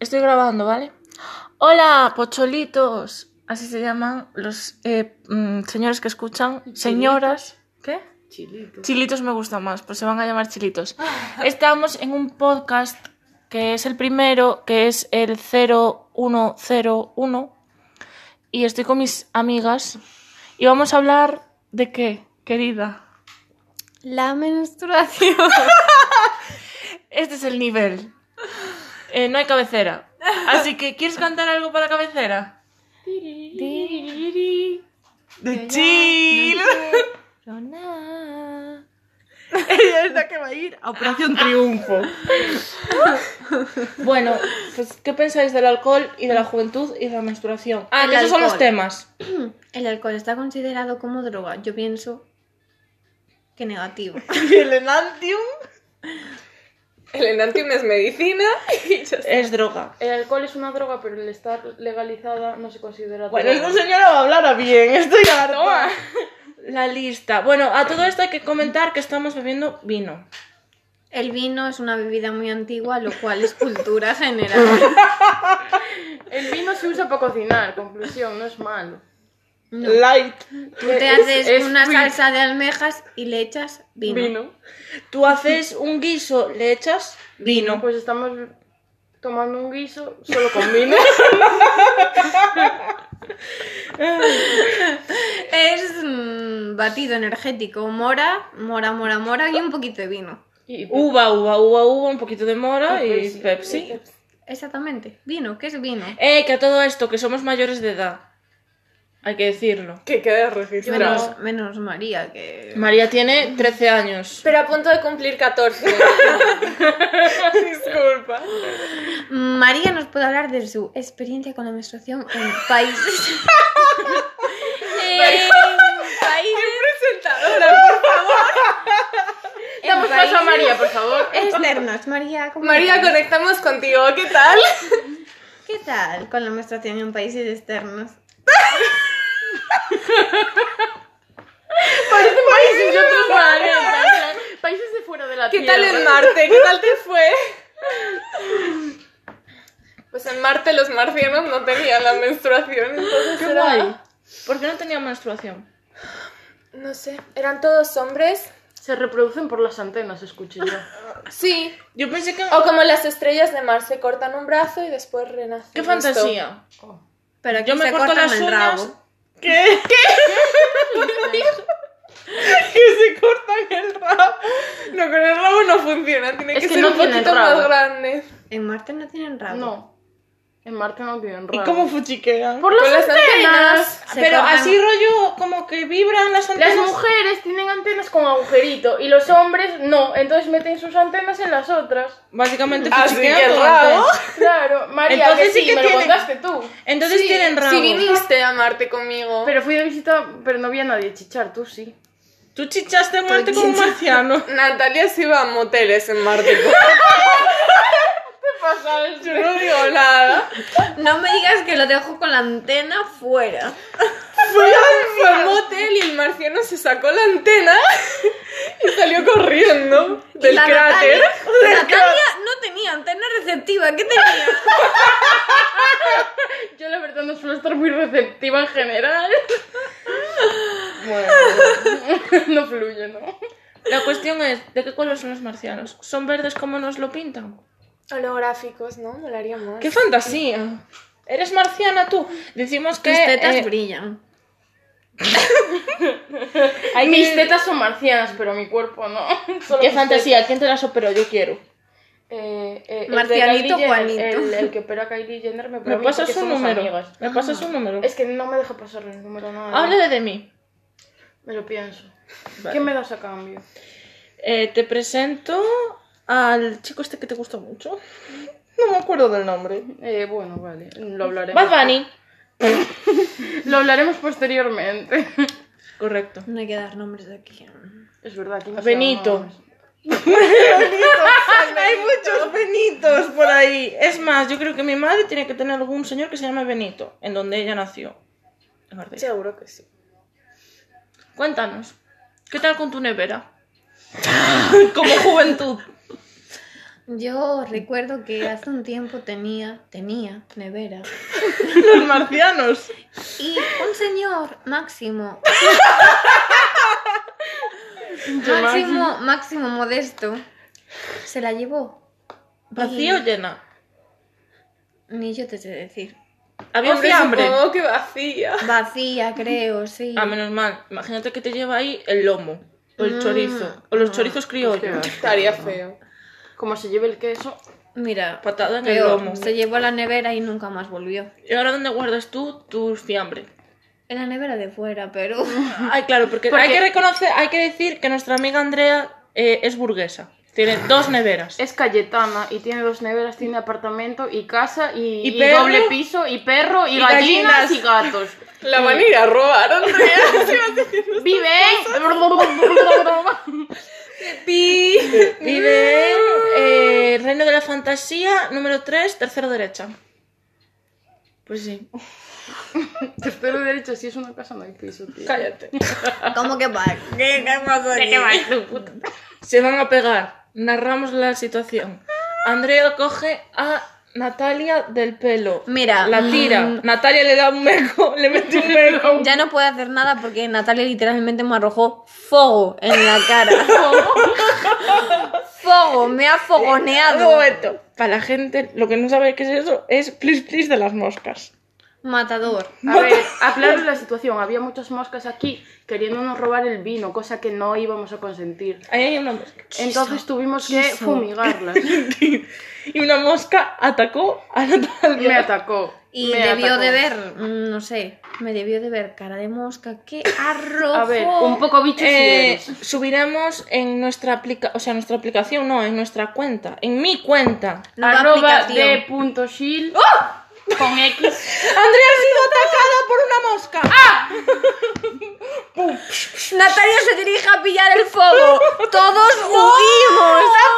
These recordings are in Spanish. Estoy grabando, ¿vale? Hola, pocholitos. Así se llaman los eh, mm, señores que escuchan. Señoras. ¿Qué? Chilito. Chilitos me gusta más, pues se van a llamar chilitos. Estamos en un podcast que es el primero, que es el 0101. Y estoy con mis amigas. Y vamos a hablar de qué, querida. La menstruación. Este es el nivel. Eh, no hay cabecera. Así que, ¿quieres cantar algo para cabecera? De chill. Ella es la que va a ir a Operación Triunfo. bueno, pues, ¿qué pensáis del alcohol y de la juventud y de la menstruación? Ah, El que esos son los alcohol. temas. El alcohol está considerado como droga. Yo pienso que negativo. Y el enantium El enantium es medicina y ya está. es droga. El alcohol es una droga, pero el estar legalizada no se considera Bueno, droga. esta señora va a hablar a bien, estoy harta. La lista. Bueno, a todo esto hay que comentar que estamos bebiendo vino. El vino es una bebida muy antigua, lo cual es cultura general. El vino se usa para cocinar, conclusión, no es malo. No. Light. Tú te haces es una muy- salsa de almejas y le echas vino. Tú haces un guiso, le echas vino. Pues estamos tomando un guiso solo con vino. Es mm, batido energético, mora, mora, mora, mora y un poquito de vino. y Uh, pues, Uva, uva, uva, uva, un poquito de mora Y y Pepsi. Pepsi. Exactamente. Vino, ¿qué es vino? Eh, que a todo esto, que somos mayores de edad. Hay que decirlo. Que quede registrado. Menos, menos María, que... María tiene 13 años. Pero a punto de cumplir 14. Disculpa. María nos puede hablar de su experiencia con la menstruación en países. en países. Presentadora. Damos en paso a países María, por favor. Externos. María, ¿cómo María, estás? conectamos contigo. ¿Qué tal? ¿qué tal con la menstruación en países externos? Países de otro planeta, en plan, Países de fuera de la ¿Qué Tierra. tal en Marte? ¿Qué tal te fue? Pues en Marte los marcianos no tenían la menstruación, entonces ¡Qué era- guay! ¿Por qué no tenía menstruación? No sé, eran todos hombres. Se reproducen por las antenas, escuché yo. Sí. Yo pensé que... O como las estrellas de mar se cortan un brazo y después renacen. ¡Qué Listo. fantasía! Pero aquí Yo me se corto cortan las el uñas... rabo. ¿Qué? que se cortan el rabo. No, con el rabo no funciona, tiene Es que, que ser no un tiene poquito rabo. más grande. En Marte no tienen rabo. No. En Marte no tienen rabo. ¿Y cómo fuchiquean? Por las, Con las antenas. Se Pero cortan- así rollo, como que vibran las Las antenas. mujeres tienen antenas con agujerito y los hombres no, entonces meten sus antenas en las otras. Básicamente Así fuchiquean que el todo rabo. antes. Claro, María, Entonces que sí sí, que me tiene- lo contaste tú. Entonces tienen rabo. Si viniste a Marte conmigo. Pero fui de visita, pero no había nadie chichar, tú sí. Tú chichaste muerte Tú como un marciano. Natalia se iba a moteles en Marte. Yo no digo nada. No me digas que lo dejo con la antena fuera. Fue al motel y el marciano se sacó la antena y salió corriendo del La cráter. Natalia, Natalia no tenía antena receptiva, ¿qué tenía? Yo la verdad no suelo estar muy receptiva en general. Bueno. No fluye, ¿no? La cuestión es, ¿de qué color son los marcianos? ¿Son verdes como nos lo pintan? Holográficos, ¿no? Molaría más. ¡Qué fantasía! ¿Eres marciana tú? Decimos que... Tus tetas eh, brillan. hay Mis que... tetas son marcianas, pero mi cuerpo no. Eh, Solo ¡Qué mis fantasía! ¿Quién te las operó? Yo quiero. tetas. Eh, eh, el de Marcianito Kylie Jenner, Juanito. El, el que opera a Kylie Jenner me, ¿Me pasa pasas un número? ¿Me pasas un número? Es que no me deja pasar el número nada. Háblale de mí. Me lo pienso. Vale. ¿Qué me das a cambio? Eh, te presento al chico este que te gusta mucho. No me acuerdo del nombre. Eh, bueno, vale, lo hablaremos. Bad Bunny. Lo hablaremos posteriormente. Correcto. No hay que dar nombres aquí. Es verdad, aquí no se Benito. llama- Hay muchos Benitos por ahí. Es más, yo creo que mi madre tiene que tener algún señor que se llame Benito, en donde ella nació. En Ardeira. Seguro que sí. Cuéntanos, ¿qué tal con tu nevera? Como juventud. Yo recuerdo que hace un tiempo tenía, tenía, nevera. Los marcianos. Y un señor, Máximo. Máximo, Máximo Modesto, se la llevó. ¿Vacío o llena? Ni yo te sé decir. Había Hombre, fiambre. supongo que vacía. Vacía, creo, sí. Ah, menos mal. Imagínate que te lleva ahí el lomo. O el Mm. chorizo. O los chorizos criollos. Estaría feo. Como se lleve el queso. Mira, Patada en el Pues peor, lomo. se llevó a la nevera y nunca más volvió. ¿Y ahora dónde guardas tú tu fiambre? En la nevera de fuera, pero... Ay, claro, porque, hay que reconocer, hay que decir que nuestra amiga Andrea eh, es burguesa. Tiene dos neveras. Es Cayetana y tiene dos neveras, tiene apartamento y casa y, ¿Y y perro? doble piso y perro y, Y gallinas, gallinas. y gatos. La van a ir a robar, Andrea. Sí, vas a decir, ¡Vive! pi. Vive en eh, Reino de la Fantasía, número 3, tercero derecha. Pues sí. Tercero derecho, si es una casa no hay piso, tío. Cállate. ¿Cómo que va? ¿Qué, qué pasó aquí? Se van a pegar. Narramos la situación. Andrea coge a Natalia del pelo. Mira, La tira. Natalia le da un meco. Le mete un meco. Ya no puede hacer nada porque Natalia literalmente me arrojó fuego en la cara. fuego, me ha Un fogoneado. momento. Para la gente, lo que no sabe qué es eso, es plis plis de las moscas. Matador. A ver, aclaro la situación. Había muchas moscas aquí queriéndonos robar el vino, cosa que no íbamos a consentir. Ahí hay una mosca. Entonces tuvimos que quiso. fumigarlas. Y una mosca atacó a Natalia. Me atacó. Y me debió atacó. de ver, mm, no sé, me debió de ver cara de mosca que arrojó. A ver, un poco bicho si Eh, eres. subiremos en nuestra aplica o sea, nuestra aplicación, no, en nuestra cuenta, en mi cuenta. Nueva Arroba aplicación. de punto shield con X. Andrea ha sido atacada por una mosca. Natalia se dirige a pillar el fuego. Todos huimos. ¡Ah!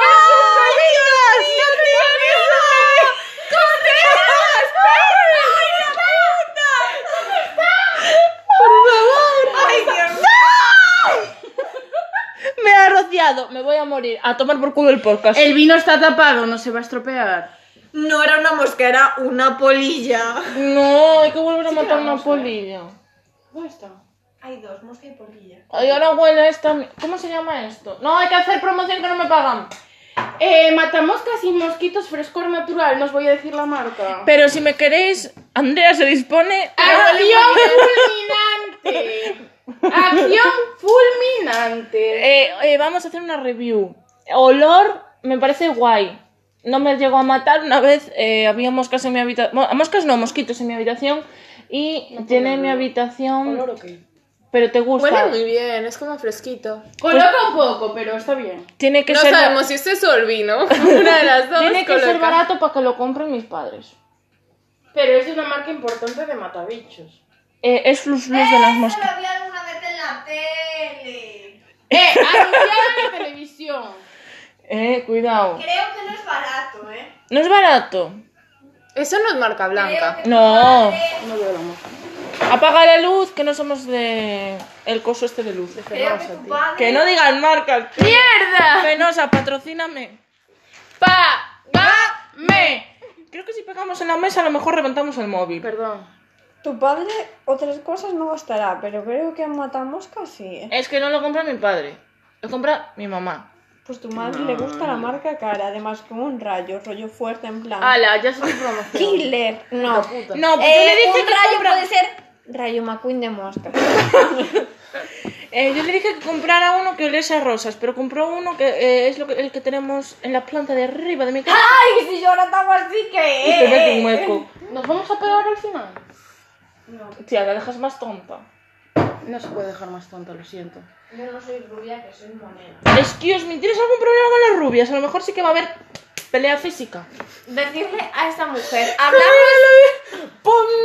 Me ha rociado, me voy a morir. A tomar por culo el podcast. El vino está tapado, no se va a estropear. No era una mosca, era una polilla. No, hay que volver a matar una polilla. ¿Dónde está? Hay dos, mosca y polilla. Ay, ahora huele esta. mi- ¿Cómo se llama esto? No, hay que hacer promoción que no me pagan. Eh, matamoscas y mosquitos frescor natural, no os voy a decir la marca. Pero si me queréis, Andrea se dispone. Acción fulminante. Acción fulminante. Eh, eh, vamos a hacer una review. Olor me parece guay. No me llegó a matar. Una vez eh, había moscas en mi habitación. Moscas no, mosquitos en mi habitación. Y llené mi habitación. Olor, ok. Pero te gusta. Huele muy bien, es como fresquito. Coloca un poco, pero está bien. Tiene que no ser, ba- sabemos si este es o el vino. Una de las dos. tiene que ser coloca. barato para que lo compren mis padres. Pero es una marca importante de matabichos. Eh, es flus flus de las moscas. vi alguna vez en la tele. Eh, anunciaron en televisión. Eh, cuidado. Creo que no es barato, ¿eh? No es barato. Eso no es marca blanca. No. No veo la mosca. Apaga la luz, que no somos de. El coso este de luz. Que no digan marcas. ¡Mierda! Penosa, patrocíname. ¡Pa! ¡Va! Me. Creo que si pegamos en la mesa a lo mejor reventamos el móvil. Perdón. Tu padre otras cosas no gastará, pero creo que matamosca sí. ¿eh? Es que no lo compra mi padre, lo compra mi mamá. Pues tu madre le gusta la marca cara, además con un rayo, rollo fuerte en plan. Ala, ya se hizo promoción. Killer, no. No, pues Eh, yo le dije un que rayo compra- puede ser Rayo McQueen de mosca. Eh, yo le dije que comprara uno que oliese a rosas, pero compró uno que eh, es lo que, el que tenemos en la planta de arriba de mi casa. Ay, si yo ahora estaba así Y te mete que. un hueco. ¿Nos vamos a pegar al final? eh. Tía, la dejas más tonta. No se puede dejar más tonta, lo siento. Yo no soy rubia, que soy moneda. Excuse me, ¿tienes algún problema con las rubias? A lo mejor sí que va a haber pelea física. Decirle a esta mujer, hablamos.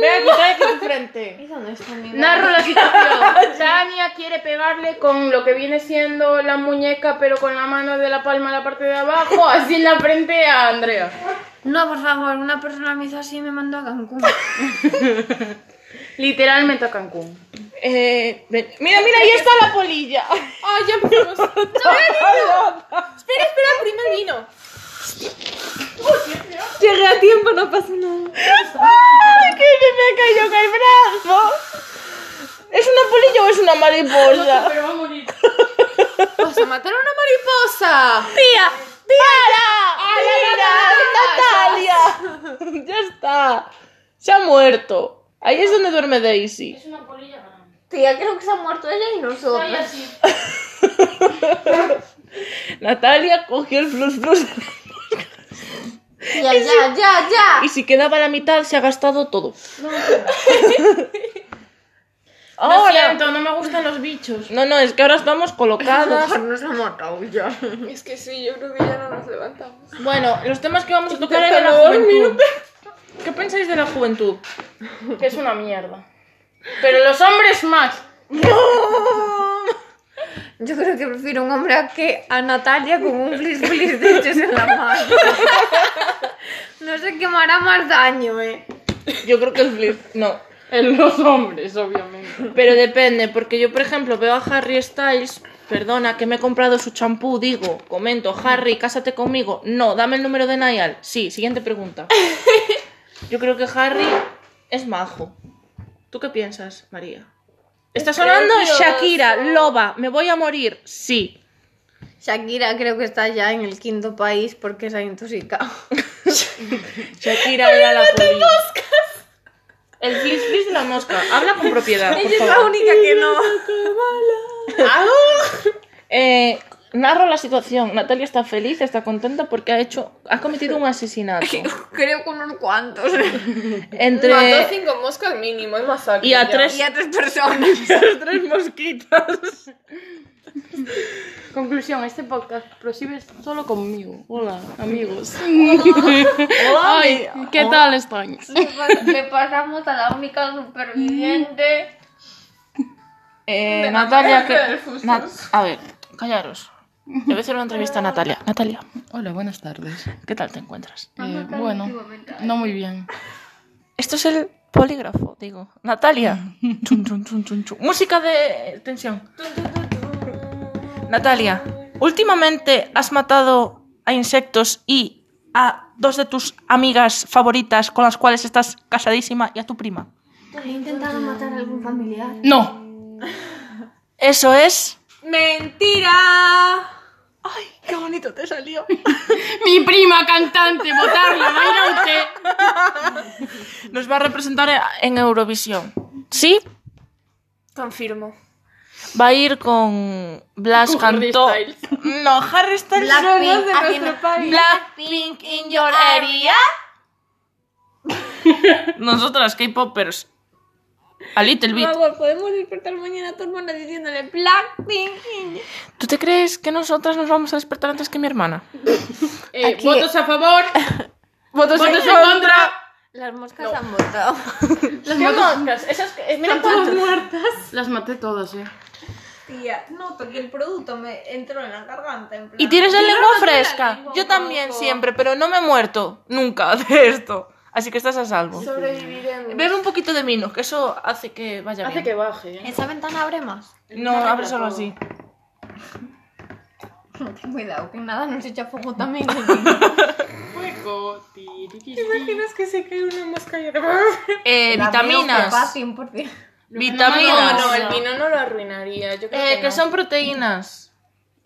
Venga, quita de aquí tu frente. ¿Y dónde está mi Narro la situación. Tania quiere pegarle con lo que viene siendo la muñeca, pero con la mano de la palma a la parte de abajo, así en la frente a Andrea. No, por favor, una persona me hizo así y me mandó a Cancún. Literalmente a Cancún. Eh, ven- Mira, mira, ahí está la polilla. ¡Ay, ya empezamos! ¡No, no, no, no! espera, espera! ¡Primer vino! Llegué a tiempo, no pasa nada. ¡Ay, que me cayó con el brazo! ¿Es una polilla o es una mariposa? Pero va a morir. Vas a matar a una mariposa. ¡Tía! ¡Para! ¡Natalia! ¡Ya está! Se ha muerto. Ahí es donde duerme Daisy. Es una polilla grande. Tía, creo que se ha muerto ella y Soy nosotros. así. Natalia cogió el plus plus Ya, ya, ya, ya. y si quedaba la mitad se ha gastado todo. Lo Ahora. siento, no me gustan los bichos. No, no, es que ahora estamos colocadas. nos ha matado ya. Es que sí, yo creo que ya no nos levantamos. Bueno, los temas que vamos a tocar eran la Intentando juventud. ¿Qué pensáis de la juventud? Que es una mierda. Pero los hombres más. Yo creo que prefiero un hombre a que a Natalia con un flis flis de hechos en la mano. No sé qué me hará más daño, eh. Yo creo que el flip. No. En los hombres, obviamente. Pero depende, porque yo, por ejemplo, veo a Harry Styles. Perdona, que me he comprado su champú, digo. Comento, Harry, cásate conmigo. No, dame el número de Niall. Sí, siguiente pregunta. Yo creo que Harry es majo. ¿Tú qué piensas, María? Está sonando Shakira, loba, me voy a morir. Sí. Shakira creo que está ya en el quinto país porque se ha intoxicado. Shakira era la polilla. El flis flis de la mosca. Habla con propiedad. por Ella es la favor. única que no. Eh, narro la situación. Natalia está feliz, está contenta porque ha hecho, ha cometido un asesinato. Creo que unos cuantos. Mató Entre cinco moscas mínimo, es masacre. y a ya. tres, Y a tres personas. tres mosquitas. Conclusión, este podcast prosigue solo conmigo. Hola, amigos. Ay, ¿Qué tal estáis? pues, Le pasamos a la única superviviente. Eh, Natalia, que, Na- a ver, callaros. Le voy a hacer una entrevista a Natalia. Natalia, Hola, buenas tardes. ¿qué tal te encuentras? Eh, bueno, no muy bien. Esto es el polígrafo, digo. Natalia. Chun, chun, chun, chun, chun. Música de tensión. Natalia, últimamente has matado a insectos y a dos de tus amigas favoritas con las cuales estás casadísima y a tu prima. ¿He intentado matar a algún familiar? No, Eso es. ¡Mentira! ¡Ay, qué bonito te salió! Mi prima cantante, votarla, vaya usted. Nos va a representar en Eurovisión. ¿Sí? Confirmo. Va a ir con Blas Cantó. No, Harry Styles. no, no, Blackpink, Blackpink in your area. Nosotras, K-popers. A little bit. podemos despertar mañana a tu hermana diciéndole Blackpink. ¿Tú te crees que nosotras nos vamos a despertar antes que mi hermana? Eh, votos a favor, ¿Votos votos en contra. Las moscas han votado. Las moscas, esas que están todas muertas. Las maté todas, eh. Tía, noto que el producto me entró en la garganta. En plan. ¿Y tienes la lengua fresca? Yo también siempre, pero no me he muerto nunca de esto. Así que estás a salvo. Sobreviviremos. Bebe un poquito de vino, que eso hace que vaya Hace bien. que baje. eh. ¿Esa ventana abre más? No, abre solo así. Cuidado, que nada nos echa fuego también. Fuego, tiriquis. imaginas que se cae una mosca y Eh, vitaminas. 100%. Vitaminas. No, no, el vino no lo arruinaría. Yo creo Eh, que, que no. son proteínas.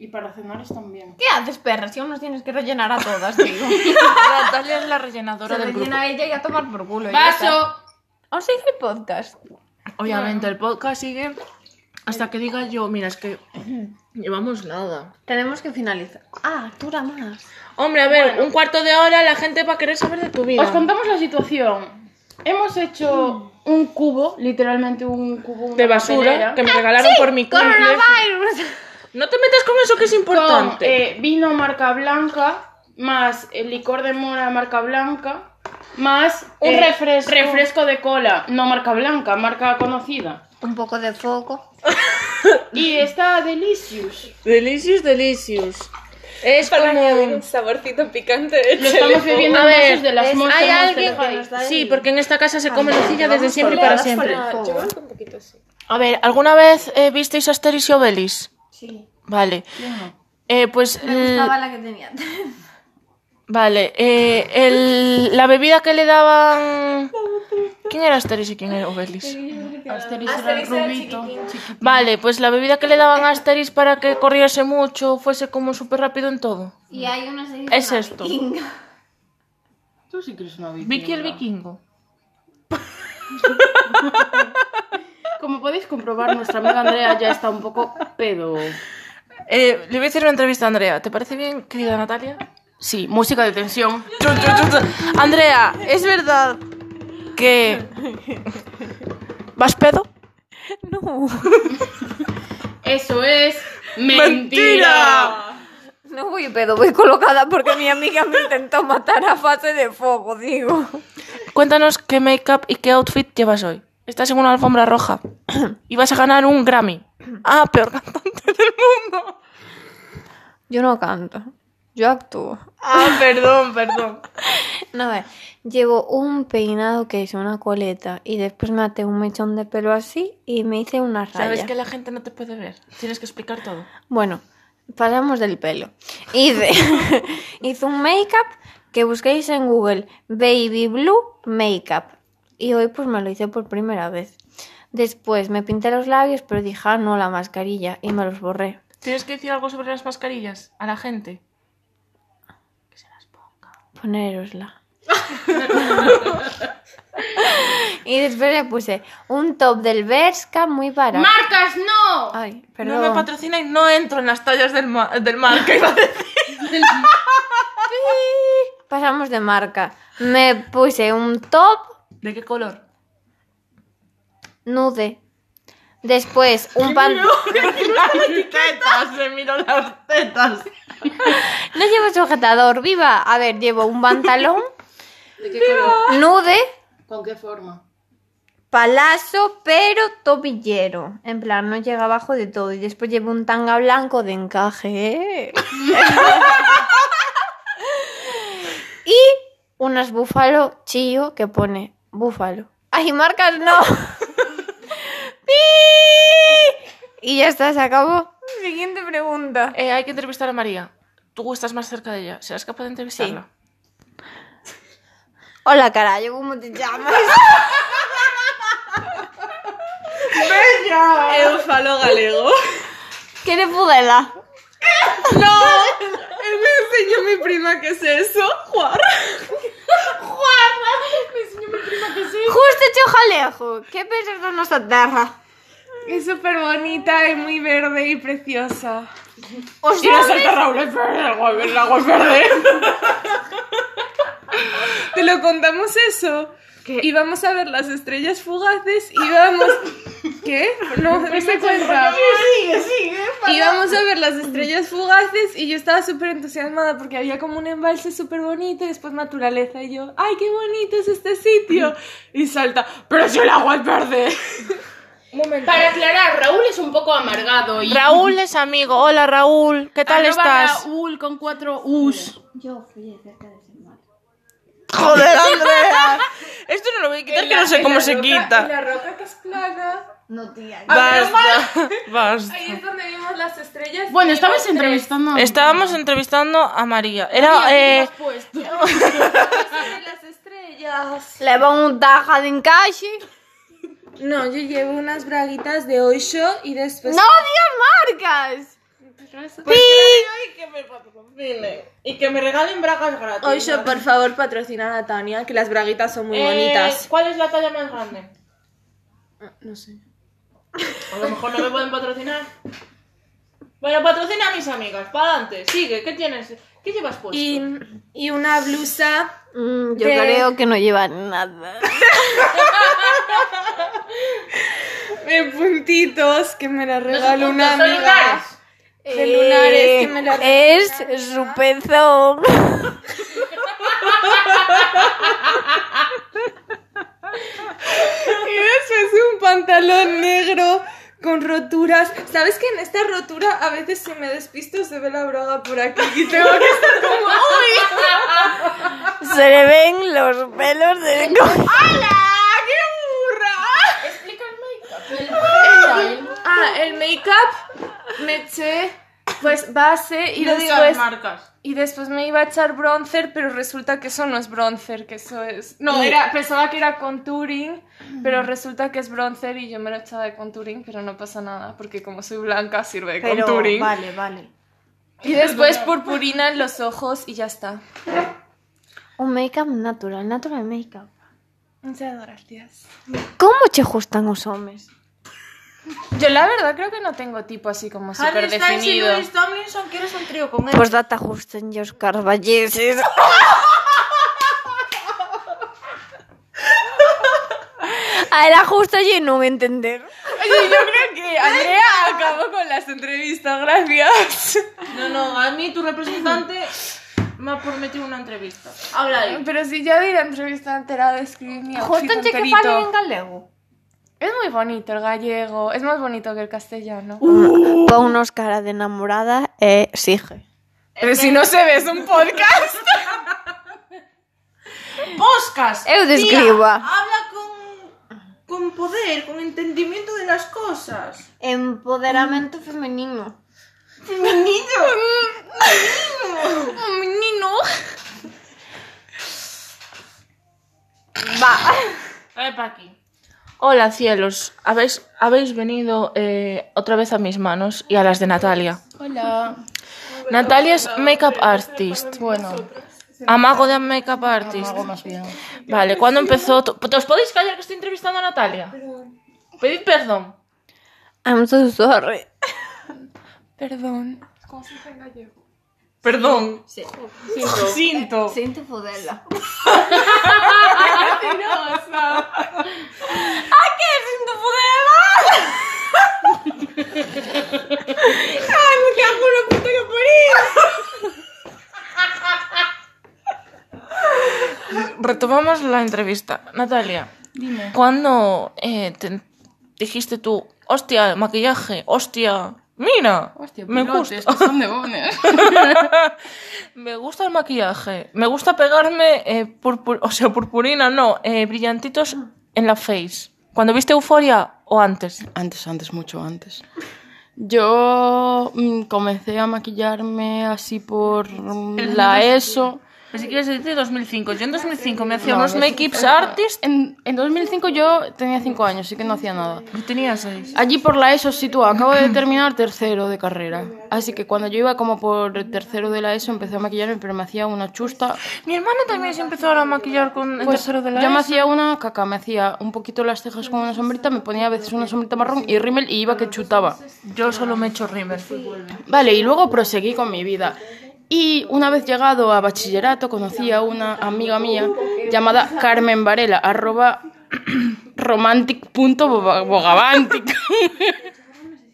Y para cenar están bien. ¿Qué haces, perra? Si aún nos tienes que rellenar a todas, digo. Natalia es la rellenadora Se del grupo. rellena ella y a tomar por culo. Paso. ¿Aún sigue el podcast? Obviamente, el podcast sigue hasta que diga yo, mira, es que llevamos nada. Tenemos que finalizar. Ah, dura más. Hombre, a ver, un cuarto de hora la gente va a querer saber de tu vida. Os contamos la situación. Hemos hecho un cubo, literalmente un cubo una de basura papelera, que me regalaron por mi cumple. ¡Coronavirus! No te metas con eso que es con importante. eh, vino marca blanca más el licor de mora marca blanca más Un eh, refresco. refresco de cola no marca blanca marca conocida Un poco de foco. y está delicious Delicious, delicious. Es Para como... añadir un saborcito picante. lo estamos bebiendo A en ver, vasos de las es- monjas Hay de alguien... Lehigh. este. Sí, porque en esta casa se come nocilla desde siempre y por para las siempre. por Ah, favor. yo creo que un poquito así. A ver, ¿alguna vez eh, visteis Asterix y Obelix? Sí. Vale. Eh, pues Me gustaba la que tenía. Vale, eh, el- la bebida que le daban... ¿Quién era Asterix y quién era Obelix? Asterix era el rubito. chiquito. Vale, pues la bebida que le daban a Asterix para que corriese mucho, fuese como súper rápido en todo. Y hay una serie Es llamada esto. Vikinga. Tú sí que eres una vikinga. Vicky el vikingo. Como podéis comprobar, nuestra amiga Andrea ya está un poco pedo. Eh, le voy a hacer una entrevista a Andrea. ¿Te parece bien, querida Natalia? Sí, música de tensión. Chun, chun, chun, chun. Andrea, ¿es verdad que... ¿Vas pedo? Eso es No voy pedo, voy colocada porque mi amiga me intentó matar a fase de fuego, digo. Cuéntanos qué make-up y qué outfit llevas hoy. Estás en una alfombra roja y vas a ganar un Grammy. Ah, peor cantante del mundo. Yo no canto, yo actúo. Ah, perdón, perdón. A ver, llevo un peinado que es una coleta y después me até un mechón de pelo así y me hice una raya. Sabes que la gente no te puede ver. Tienes que explicar todo. Bueno, pasamos del pelo. Hice, hice un make-up que busquéis en Google, Baby Blue Makeup. Y hoy pues me lo hice por primera vez. Después me pinté los labios, pero dije, ah, no, la mascarilla, y me los borré. Tienes que decir algo sobre las mascarillas a la gente. Ponérosla. y después me puse un top del Berska muy barato. ¡Marcas no! Ay, No me perdón. patrocina y no entro en las tallas del, ma- del mar que iba a decir. Pasamos de marca. Me puse un top ¿De qué color? nude. Después un pantalón. Tetas, se miró las tetas. No llevo sujetador, viva. A ver, llevo un pantalón nude, ¿Con qué forma? palazo, pero tobillero. En plan, no llega abajo de todo. Y después llevo un tanga blanco de encaje. ¿eh? y unas búfalo chillo que pone búfalo. ¡Ay, marcas no! ¡Pi! y ya está, se acabó. Siguiente pregunta. Eh, hay que entrevistar a María. Tú estás más cerca de ella. ¿Serás capaz de entrevistarla? Hola, carajo, ¿cómo te llamas? Eu falo galego. ¿Quieres pudela? E me enseñó mi prima que es eso, Juar. Justo hecho jalejo. ¿Qué piensas de nuestra tierra? Es súper bonita y muy verde y preciosa. O sea, Salta Raúl, es verde, el agua- el agua es verde. Te lo contamos eso. Íbamos a ver las estrellas fugaces y íbamos... ¿Qué? No, no se cuenta. Íbamos a ver las estrellas fugaces y yo estaba súper entusiasmada porque había como un embalse súper bonito y después naturaleza y yo, ¡ay, qué bonito es este sitio! Y salta, ¡pero si el agua es verde! Para aclarar, Raúl es un poco amargado y Raúl es amigo. Hola, Raúl. ¿Qué tal Arroba estás? Raúl con cuatro U's. Joder, Andrea. Esto no lo voy a quitar, que no sé cómo se quita. La roca que es plana. Basta, basta. Ahí es donde vimos las estrellas. Bueno, estabas entrevistando a... Estábamos entrevistando a María. Era, eh, las estrellas. le pongo un taja de encaje. No, yo llevo unas braguitas de Oisho y después. ¡No digas marcas! Y que me regalen bragas gratis. Oisho, por favor, patrocina a Tania, que las braguitas son muy Pues, bonitas. eh, ¿Cuál es la talla más grande? Eh, No sé. A lo mejor no me pueden patrocinar. Bueno, patrocina a mis amigas. Para adelante. Sigue. ¿Qué tienes? ¿Qué llevas puesto? Y, y una blusa. Mm, yo De- creo que no lleva nada. De puntitos que me la regaló una Son amiga. lugares. De lunares que me la Eh, Es su pezón. Y después un pantalón negro con roturas. ¿Sabes que en esta rotura a veces si me despisto se ve la braga por aquí y tengo que estar como Se le ven los pelos del co- Explica el make-up. Ah, el make-up me eché Pues base y No digas después marcas. y después me iba a echar bronzer, pero resulta que eso no es bronzer, que eso es no Y- era pensaba que era contouring, pero resulta que es bronzer y yo me lo echaba de contouring, pero no pasa nada porque como soy blanca sirve de Pero contouring. vale, vale. Y después purpurina en los ojos y ya está. Un make-up natural, natural make-up. Muchas gracias. Como che gustan os homes? Yo la verdad creo que no tengo tipo así como súper Harry Styles y definido. Louis Tomlinson, ¿quieres un trío con él? Pois data gustan os carballeses. A ela gusta e non entender. Oye, yo creo que Andrea acabó con las entrevistas, gracias. No, no, a mí tu representante me ha prometido una entrevista. Habla ahí. Pero si ya di la entrevista entera de escribir mi outfit Gustan che que enterito. falen en galego. Es muy bonito el gallego, es más bonito que el castellano. Uh, Ponnos cara de enamorada e sigue. Pero si no se ve, es un podcast. ¡Poscas! Eu Tía, describa. habla con, con poder, con entendimiento de las cosas. Empoderamento femenino. Un menino. Trae para aquí. Hola cielos, habéis, habéis venido eh, otra vez a mis manos y a las de Natalia. Hola. Natalia es makeup artist. Bueno, amago de makeup artist. Vale, ¿cuándo empezó? tu- ¿Te os podéis callar que estoy entrevistando a Natalia? Pedid perdón. I'm so sorry. Perdón. Perdón. Siento. Siento podela. Retomamos la entrevista. Natalia, dime. ¿Cuándo eh, te dijiste tú, hostia, maquillaje, hostia, mira, me gusta, son de bones. me gusta el maquillaje, me gusta pegarme, eh, purpur- o sea, purpurina, no, eh, brillantitos en la face. ¿Cuando viste Euforia o antes? Antes, antes, mucho antes. Yo mm, comencé a maquillarme así por mm, la ESO. Pues si quieres decirte 2005. Yo en 2005 me hacía No, unos no, make-ups artist. En, en 2005 yo tenía 5 años, así que no hacía nada. Yo tenía seis. Allí por la ESO sí tú, acabo de terminar tercero de carrera. Así que cuando yo iba como por tercero de la ESO empecé a maquillarme, pero me hacía una chusta. Mi hermano también se empezó ahora a maquillar con el tercero de la E yo me ESO. hacía una caca, me hacía un poquito las cejas con una sombrita, me ponía a veces una sombrita marrón y rímel y iba que chutaba. Yo solo me echo rímel. Vale, y luego proseguí con mi vida. Y una vez llegado a bachillerato conocí a una amiga mía llamada Carmen Varela, arroba romantic.bogavantic.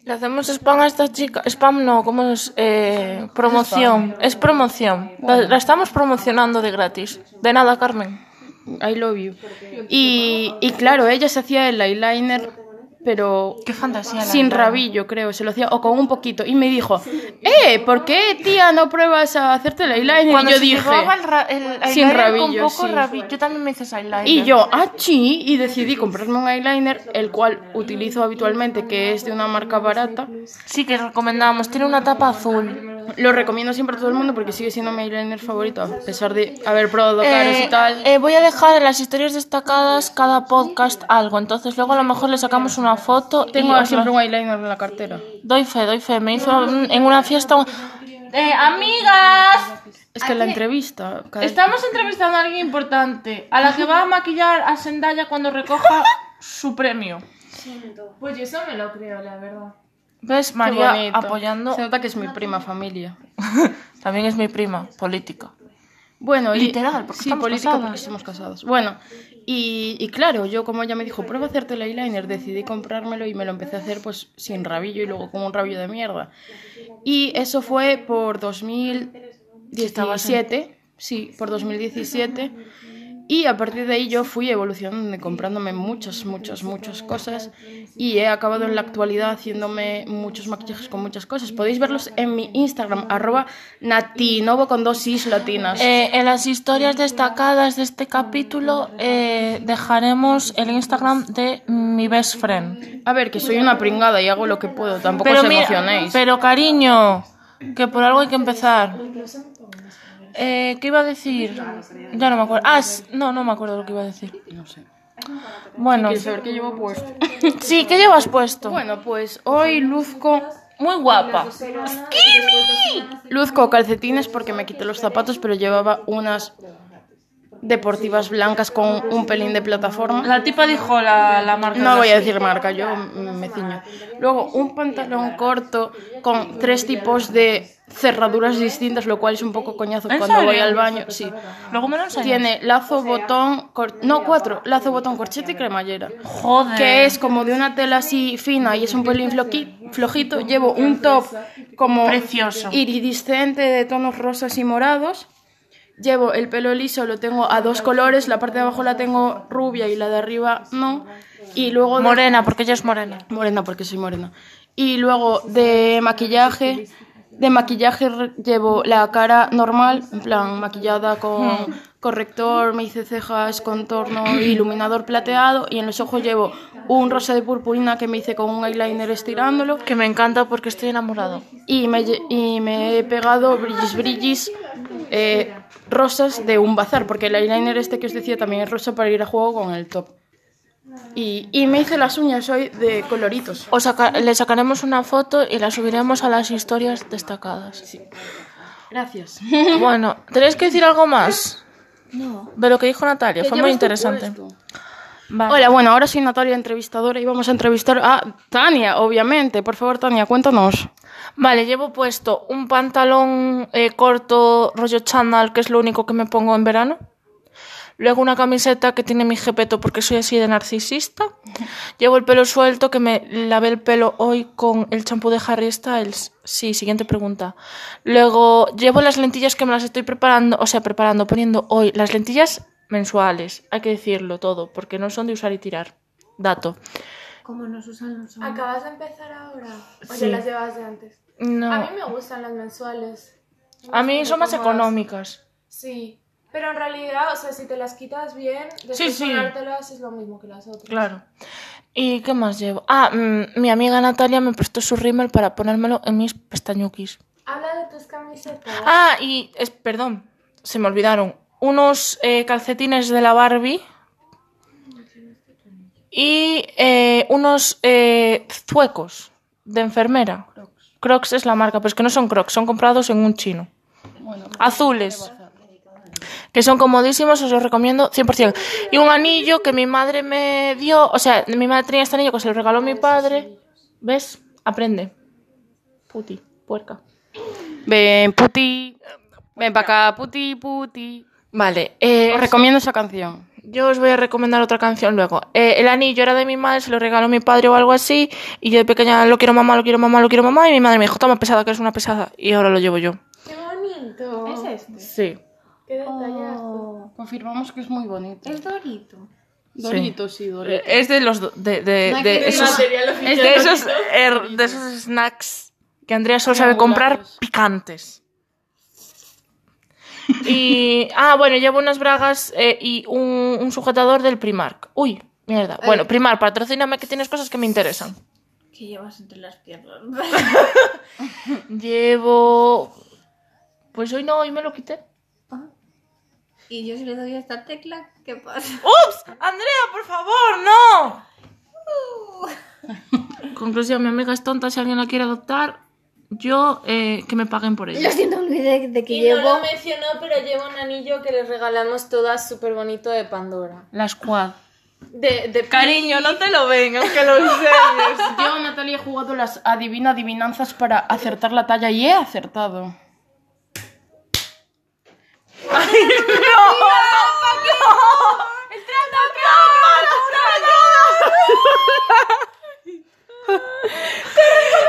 Le hacemos spam a esta chica. Spam no, ¿cómo es? Eh, promoción. Es promoción. La, la estamos promocionando de gratis. De nada, Carmen. I love you. Y, y claro, ella se hacía el eyeliner, pero Qué fantasía. sin rabillo, creo, se lo hacía, o con un poquito. Y me dijo, eh, ¿por qué, tía, no pruebas a hacerte el eyeliner? Cuando y yo se dije, llevaba el, ra- el Sin eyeliner rabillo, con poco sí. rabillo. Yo también me hice ese eyeliner. Y yo, ah, sí, y decidí comprarme un eyeliner, el cual utilizo habitualmente, que es de una marca barata. Sí que recomendamos. Tiene una tapa azul. Lo recomiendo siempre a todo el mundo porque sigue siendo mi eyeliner favorito, a pesar de haber probado caros Eh, y tal. eh, voy a dejar en las historias destacadas cada podcast algo. Entonces luego a lo mejor le sacamos una foto. y Tengo os la- siempre un eyeliner en la cartera. Doy fe, doy fe. Me hizo un- en una fiesta... un- Eh, amigas, Es que la entrevista... cada- Estamos entrevistando a alguien importante, a la que va a maquillar a Zendaya cuando recoja su premio. Pues yo eso me lo creo, la verdad. ¿Ves? Qué María bonito. apoyando. Se nota que es mi prima familia. También es mi prima, política. Bueno, y- Literal, porque sí, estamos política casadas. porque estamos casados. Bueno, y, y claro, yo como ella me dijo, prueba a hacerte el eyeliner, decidí comprármelo y me lo empecé a hacer pues sin rabillo y luego con un rabillo de mierda. Y eso fue por 2017, sí, por 2017. Y a partir de ahí yo fui evolucionando, y comprándome muchas, muchas, muchas cosas. Y he acabado en la actualidad haciéndome muchos maquillajes con muchas cosas. Podéis verlos en mi Instagram, arroba natinovo con dos is latinas. Eh, en las historias destacadas de este capítulo eh, dejaremos el Instagram de mi best friend. A ver, que soy una pringada y hago lo que puedo, tampoco os mira- emocionéis. pero cariño, Que por algo hay que empezar. Eh, ¿Qué iba a decir? Ya no me acuerdo. Ah, s- no, no me acuerdo lo que iba a decir. No sé. Bueno, ¿Quieres saber qué llevo puesto? sí, ¿qué llevas puesto? Bueno, pues hoy luzco... Muy guapa. Luzco calcetines porque me quité los zapatos, pero llevaba unas deportivas blancas con un pelín de plataforma. La tipa dijo la, la marca. No voy a decir marca, yo m- me ciño. Luego, un pantalón corto con tres tipos de cerraduras distintas, lo cual es un poco coñazo ¿En cuando voy serio? al baño. Sí. Luego me lo enseñas. Tiene lazo, botón, cor- no cuatro, lazo, botón, corchete y cremallera. Joder. Que es como de una tela así fina y es un pelín floqui- flojito. Llevo un top como Precioso. iridiscente de tonos rosas y morados. Llevo el pelo liso, lo tengo a dos colores, la parte de abajo la tengo rubia y la de arriba no. Y luego de- Morena, porque ella es morena. Morena, porque soy morena. Y luego de maquillaje, de maquillaje re- llevo la cara normal, en plan maquillada Hmm. con corrector, me hice cejas, contorno, iluminador plateado y en los ojos llevo un rosa de purpurina que me hice con un eyeliner estirándolo Que me encanta porque estoy enamorado. y me, lle- y me he pegado brillis brillis eh, rosas de un bazar, porque el eyeliner este que os decía también es rosa para ir a juego con el top. Y, y me hice las uñas hoy de coloritos. O saca- le sacaremos una foto y la subiremos a las historias destacadas. Gracias. Bueno, ¿tenéis que decir algo más? No. De lo que dijo Natalia, fue muy interesante. Vale. Hola, bueno, ahora soy Natalia, entrevistadora, y vamos a entrevistar a Tania, obviamente. Por favor, Tania, cuéntanos. Vale, llevo puesto un pantalón eh, corto, rollo chándal, que es lo único que me pongo en verano. Luego una camiseta que tiene mi jepeto porque soy así de narcisista. Llevo el pelo suelto que me lavé el pelo hoy con el champú de Harry Styles. Sí, siguiente pregunta. Luego llevo las lentillas que me las estoy preparando, o sea, preparando, poniendo hoy. Las lentillas mensuales, hay que decirlo todo, porque no son de usar y tirar. Dato. Como nos usan los ¿Acabas de empezar ahora? ¿O Sí. ya las llevabas de antes? No. A mí me gustan las mensuales. A mí son más Como económicas. Sí. Pero en realidad, o sea, si te las quitas bien, después Sí, sí. ponértelas es lo mismo que las otras. Claro. ¿Y qué más llevo? Ah, mm, mi amiga Natalia me prestó su rímel para ponérmelo en mis pestañuquis. Habla de tus camisetas. Ah, y, es, perdón, se me olvidaron. Unos eh, calcetines de la Barbie. Y eh, unos eh, zuecos de enfermera. Crocs. es la marca, pero es que no son Crocs, son comprados en un chino. Azules. Que son comodísimos, os los recomiendo 100%. Y un anillo que mi madre me dio, o sea, mi madre tenía este anillo que se lo regaló mi padre. ¿Ves? Aprende. Puti, puerca. Ven, puti. Ven para acá, puti, puti. Vale, eh, Os recomiendo esa canción. Yo os voy a recomendar otra canción luego. Eh, el anillo era de mi madre, se lo regaló mi padre o algo así. Y yo de pequeña lo quiero mamá, lo quiero mamá, lo quiero mamá. Y mi madre me dijo, toma pesada, que eres una pesada. Y ahora lo llevo yo. ¡Qué bonito! ¿Es este? Sí. ¡Qué Oh. detallado! Confirmamos que es muy bonito. Es dorito. Doritos, sí, Doritos. Eh, Es de los do- de, de, No hay de que esos, es de esos er- de esos snacks que Andrea solo sabe comprar Triangulares. picantes. Y ah, bueno, llevo unas bragas eh, y un, un sujetador del Primark. Uy, mierda. Eh. Bueno, Primark, patrocíname que tienes cosas que me interesan. Que llevas entre las piernas. Llevo. Pues hoy no, hoy me lo quité. Ah. y yo si le doy a esta tecla, ¿qué pasa? ¡Ups! ¡Andrea, por favor, no! Uh. Conclusión: mi amiga es tonta. Si alguien la quiere adoptar, yo eh, que me paguen por Lo ella. siento, me olvidé de, que Y llevo. no lo mencionó, pero lleva un anillo que les regalamos todas súper bonito de Pandora. La squad. De, de Cariño, no te lo ven, aunque lo enseñes. Yo, Natalia, he jugado las adivina adivinanzas para acertar la talla y he acertado.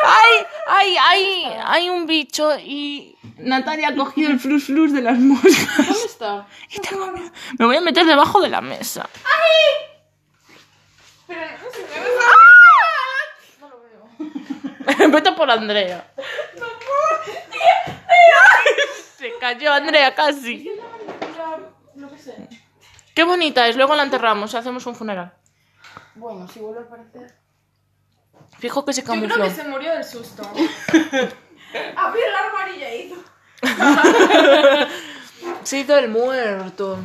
¡Ay! ¡Ay! ¡Ay! Hay un bicho y. Natalia ha cogido el flus flus de las moscas. ¿Dónde está? Y tengo miedo. Me voy a meter debajo de la mesa. ¡Ay! Vete por Andrea. Se cayó Andrea casi. Qué bonita es, luego la enterramos, hacemos un funeral. Bueno, si vuelve a aparecer. Fijo que se camufló. murió del susto. Abrí el armario y ya hizo. Sito el muerto.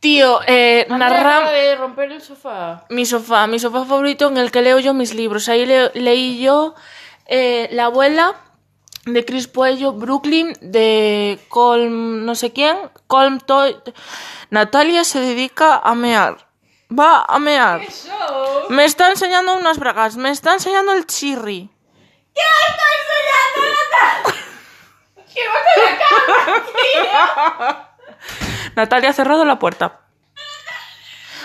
Tío, eh, narra Ah, de romper el sofá. mi sofá, mi sofá favorito en el que leo yo mis libros. Ahí leo- leí yo eh, La abuela de Chris Puello, Brooklyn, de Colm, no sé quién, Colm Toy. Natalia se dedica a mear. Va a mear. Me está enseñando unas bragas, me está enseñando el chirri. Natalia ha cerrado la puerta.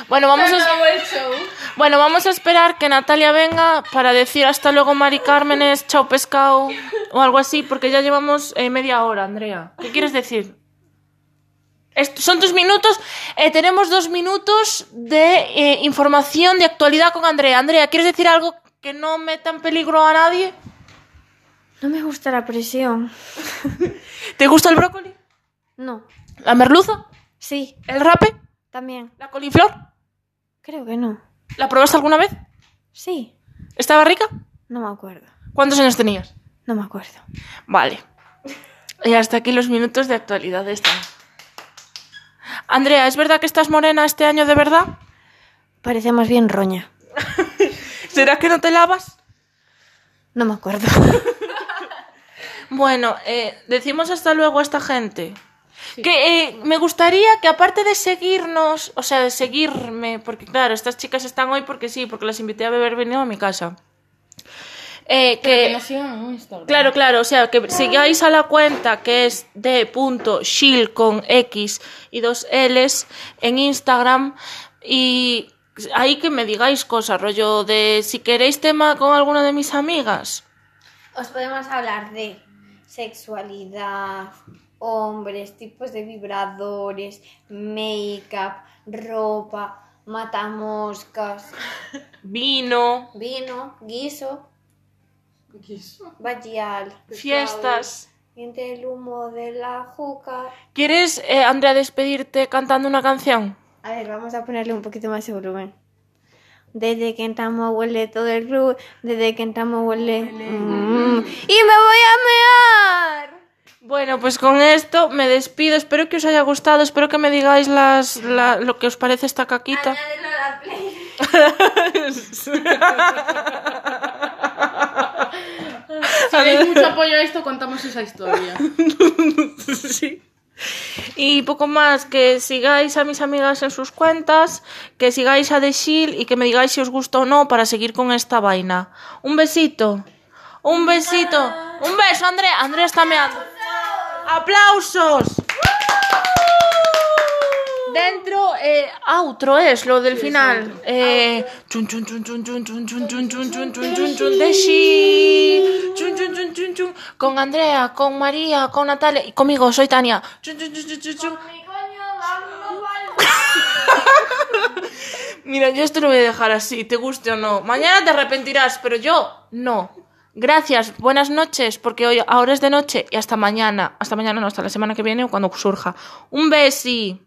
Bueno, vamos a... Bueno, vamos a esperar que Natalia venga para decir hasta luego Mari Cármenes, chao pescado o algo así, porque ya llevamos eh, media hora, Andrea. ¿Qué quieres decir? Est- son tus minutos. eh, tenemos dos minutos de eh, información de actualidad con Andrea. Andrea, ¿quieres decir algo que no meta en peligro a nadie? No me gusta la presión. ¿Te gusta el brócoli? No. ¿La merluza? Sí, ¿El rape? también. ¿La coliflor? Creo que no. ¿La probaste alguna vez? Sí, ¿Estaba rica? no me acuerdo. ¿Cuántos años tenías? No me acuerdo. Vale. Y hasta aquí los minutos de actualidad están. Andrea, ¿es verdad que estás morena este año de verdad? Parece más bien roña. ¿Será que no te lavas? No me acuerdo. Bueno, eh, decimos hasta luego a esta gente. Que eh, me gustaría que aparte de seguirnos, o sea, de seguirme, porque claro, estas chicas están hoy porque sí, porque las invité a beber venido a mi casa. Eh, que, Claro, claro, o sea, que sigáis a la cuenta que es de.shield con X y dos L's en Instagram y ahí que me digáis cosas, rollo de si queréis tema con alguna de mis amigas. Os podemos hablar de sexualidad, hombres, tipos de vibradores, make-up, ropa, matamoscas, Vino, vino, guiso, bachial, fiestas. y entre el humo de la juca. ¿Quieres, eh, Andrea, despedirte cantando una canción? A ver, vamos a ponerle un poquito más de volumen. Desde que entramos huele todo el club, desde que entramos huele... Mm. ¡Y me voy a mear! Bueno, pues con esto me despido. Espero que os haya gustado. Espero que me digáis las, la- lo que os parece esta caquita. Añádelo a la playlist. Si dais mucho apoyo a esto, contamos esa historia. Sí. Y poco más, que sigáis a mis amigas en sus cuentas, que sigáis a The Shield y que me digáis si os gusta o no para seguir con esta vaina. Un besito. Un besito. Un beso, Andrea. Andrea está meando. ¡Aplausos! Dentro, eh, outro es lo del final. Eh, chun, chun, chun, chun, chun, chun, chun, chun, chun, chun, chun, chun, chun, de sí. Chun, chun, chun, chun, chun. Con Andrea, con María, con Natalia y conmigo, soy Tania. Chun, chun, chun, chun, chun, chun. Mira, yo esto lo voy a dejar así, te guste o no. Mañana te arrepentirás, pero yo no. Gracias, buenas noches, porque hoy ahora es de noche y hasta mañana. Hasta mañana, no, hasta la semana que viene o cuando surja. Un besi.